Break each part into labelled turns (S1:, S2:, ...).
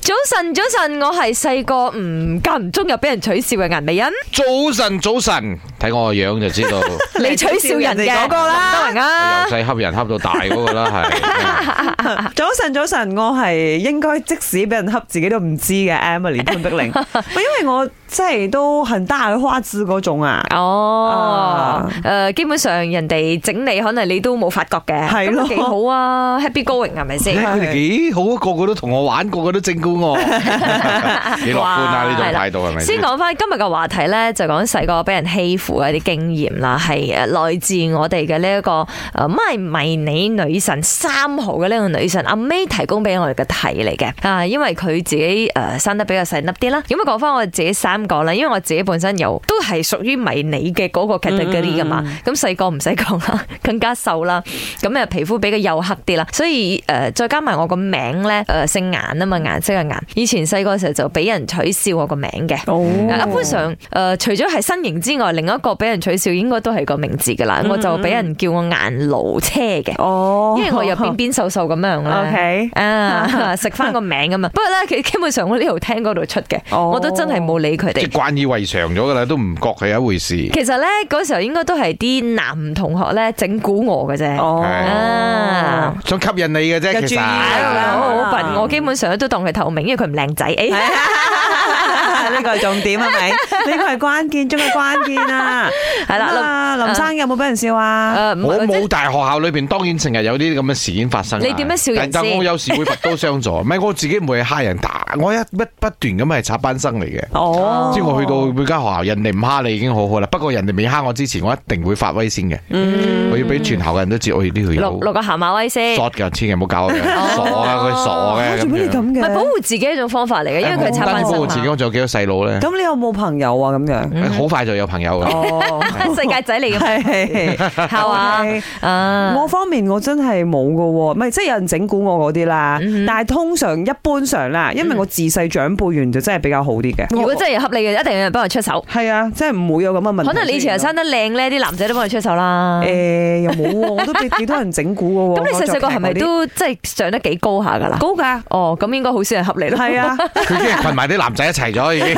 S1: 早晨，早晨，我係細個唔間唔中又俾人取笑嘅顏 美欣，
S2: 早晨，早晨，睇我個樣就知道，由
S1: 你取笑人
S3: 人
S1: 嘅
S3: 哋嗰個啦
S1: 林德榮 啊，
S2: 細恰人恰到大嗰個啦， 係。
S3: 早晨，早晨，我係應該即使俾人恰自己都唔知嘅 Emily 潘碧 玲，因為我真係都很大嘅花枝嗰種啊。
S1: 哦
S3: 啊，
S1: 誒，基本上人哋整你，可能你都冇發覺嘅，
S3: 係
S1: 咁
S3: 咯
S1: 都幾好啊，Happy Going 係咪先？
S2: 佢哋幾好啊，個個都同我玩，個個都整蠱 我。幾樂觀啊！呢種態度係咪
S1: 先講翻今日嘅話題咧，就講細個俾人欺負嘅一啲經驗啦，係誒來自我哋嘅呢一個誒咪迷你女神三號嘅呢個女神阿 May 提供俾我哋嘅題嚟嘅啊，因為佢自己誒生得比較細粒啲啦。咁啊講翻我自己三個啦，因為我自己本身有都係屬於迷你嘅嗰個 category 噶嘛，咁細個唔使講啦， 更加瘦啦，咁啊皮膚比較黝黑啲啦，所以誒、呃再加埋我個名咧誒、呃姓顏啊嘛，顏色嘅顏，以前細個嘅時候就俾人取笑我個名嘅。
S3: 哦，
S1: 啊一般上，誒、呃除咗係身形之外，另一個俾人取笑應該都係個名字噶啦。我就俾人叫我顏奴車嘅，
S3: 哦，
S1: 因為我又邊邊瘦瘦咁樣啦。
S3: OK
S1: 啊，食翻個名咁嘛。不過咧，佢基本上我呢度聽嗰度出嘅，
S3: 哦
S1: 我都真係冇理佢
S2: 即
S1: 哋
S2: 係。慣以為常咗㗎啦，都唔覺係一回事。
S1: 其實咧嗰時候應該都係啲男同學咧整蠱我嘅啫。
S3: 哦，
S1: 啊哎
S2: 想吸引你嘅啫，
S3: 有
S2: 其
S3: 注意啊
S2: 實。
S1: 我好笨，我基本上都當佢透明，因為佢唔靚仔。哎誒
S3: 呢個係重 點係咪？呢個係關鍵中嘅關鍵啊！
S1: 係啦呃
S3: 咁啊
S1: 林
S3: 林生有冇俾人笑啊？
S1: 誒唔
S2: 我
S1: 係
S2: 冇大學校裏邊，當然成日有啲咁嘅事件發生啊。
S1: 你點樣笑人先
S2: 但但我有時會拔刀相助，唔係我自己唔會係蝦人打，我一不不斷咁係插班生嚟嘅。
S3: 哦，
S2: 即係我去到每間學校，人哋唔蝦你已經好好啦。不過人哋未蝦我之前，我一定會發威先嘅。
S3: 嗯
S1: 嗯
S2: 我要俾全校嘅人都知，我哎呢條
S1: 落哦
S2: 友
S1: 落個下馬威先。
S2: 傻嘅，千祈唔好搞佢，傻啊佢傻
S3: 我
S1: 哦
S2: 嘅
S3: 做咩你
S2: 咁
S3: 咁
S2: 樣。
S1: 唔係保
S3: 嘅？
S1: 護自己一種方法嚟嘅，因為佢係插班
S2: 唔單止保護
S1: 生啊
S2: 自己，
S1: 嘛
S2: 我仲有幾多細佬咧？
S3: 咁你有冇朋友啊？咁樣
S1: 嗯
S2: 好快就有朋友啊㗎。
S3: 哦，
S1: 世界仔嚟嘅，
S3: 係
S1: 係嘛？
S3: OK
S1: 啊，
S3: 我方面我真係冇㗎喎，唔係即係有人整蠱我嗰啲啦。但係通常一般上啦，因為我自細長輩緣就真係比較好啲嘅。
S1: 如果真係恰你嘅，一定有人幫佢出手。
S3: 係啊，真係唔會有咁嘅問題。
S1: 可能你以前係生得靚咧，啲男仔都幫佢出手
S3: 嗯
S1: 啦。
S3: 誒又冇喎，我都俾幾多人整蠱嘅喎。
S1: 咁你細細個係咪
S3: 我着
S1: 都即係上得幾高下噶啦？
S3: 高㗎？
S1: 哦，咁應該好少人恰你咯。
S3: 係啊，
S2: 佢已經係群埋啲男仔一齊咗，已 經。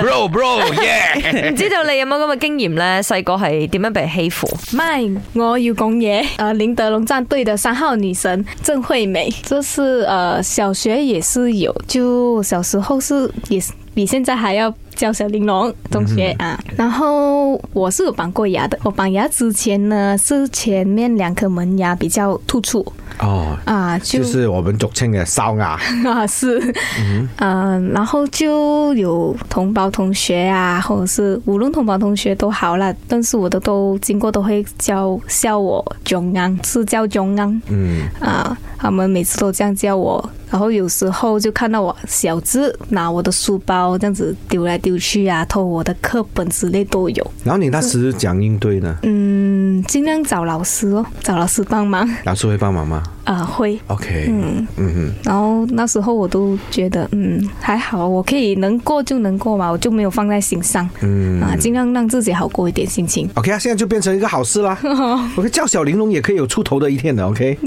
S2: Bro bro yeah，
S1: 唔知道你有冇咁嘅經驗咧？細個係點樣被欺負？
S4: 麦，我有公爷，呃，林德龙战队的三号女神郑惠美，这是呃小学也是有，就小时候是也是比现在还要娇小玲珑，中学啊。然后我是有绑过牙的，我绑牙之前呢是前面两颗门牙比较突出
S5: 哦，
S4: 啊，就
S5: 就是我们俗称的烧牙。
S4: 啊是，嗯、然后就有同胞同学啊，或者是无论同胞同学都好啦，但是我的都经过都会叫笑我中安，是叫中安
S5: 嗯，
S4: 啊，他们每次都这样叫我，然后有时候就看到我小子拿我的书包这样子丢来丢去啊，偷我的课本之类都有，
S5: 然后你那时怎样应对呢？
S4: 嗯，尽量找老师哦，找老师帮忙
S5: 老师会帮忙吗
S4: 啊，会。
S5: ？OK，嗯嗯
S4: 然后那时候我都觉得，嗯，还好，我可以能过就能过嘛，我就没有放在心上
S5: 嗯
S4: 啊，尽量让自己好过一点心情。
S5: ，OK 啊，现在就变成一个好事啦。我叫小玲珑也可以有出头的一天的，OK。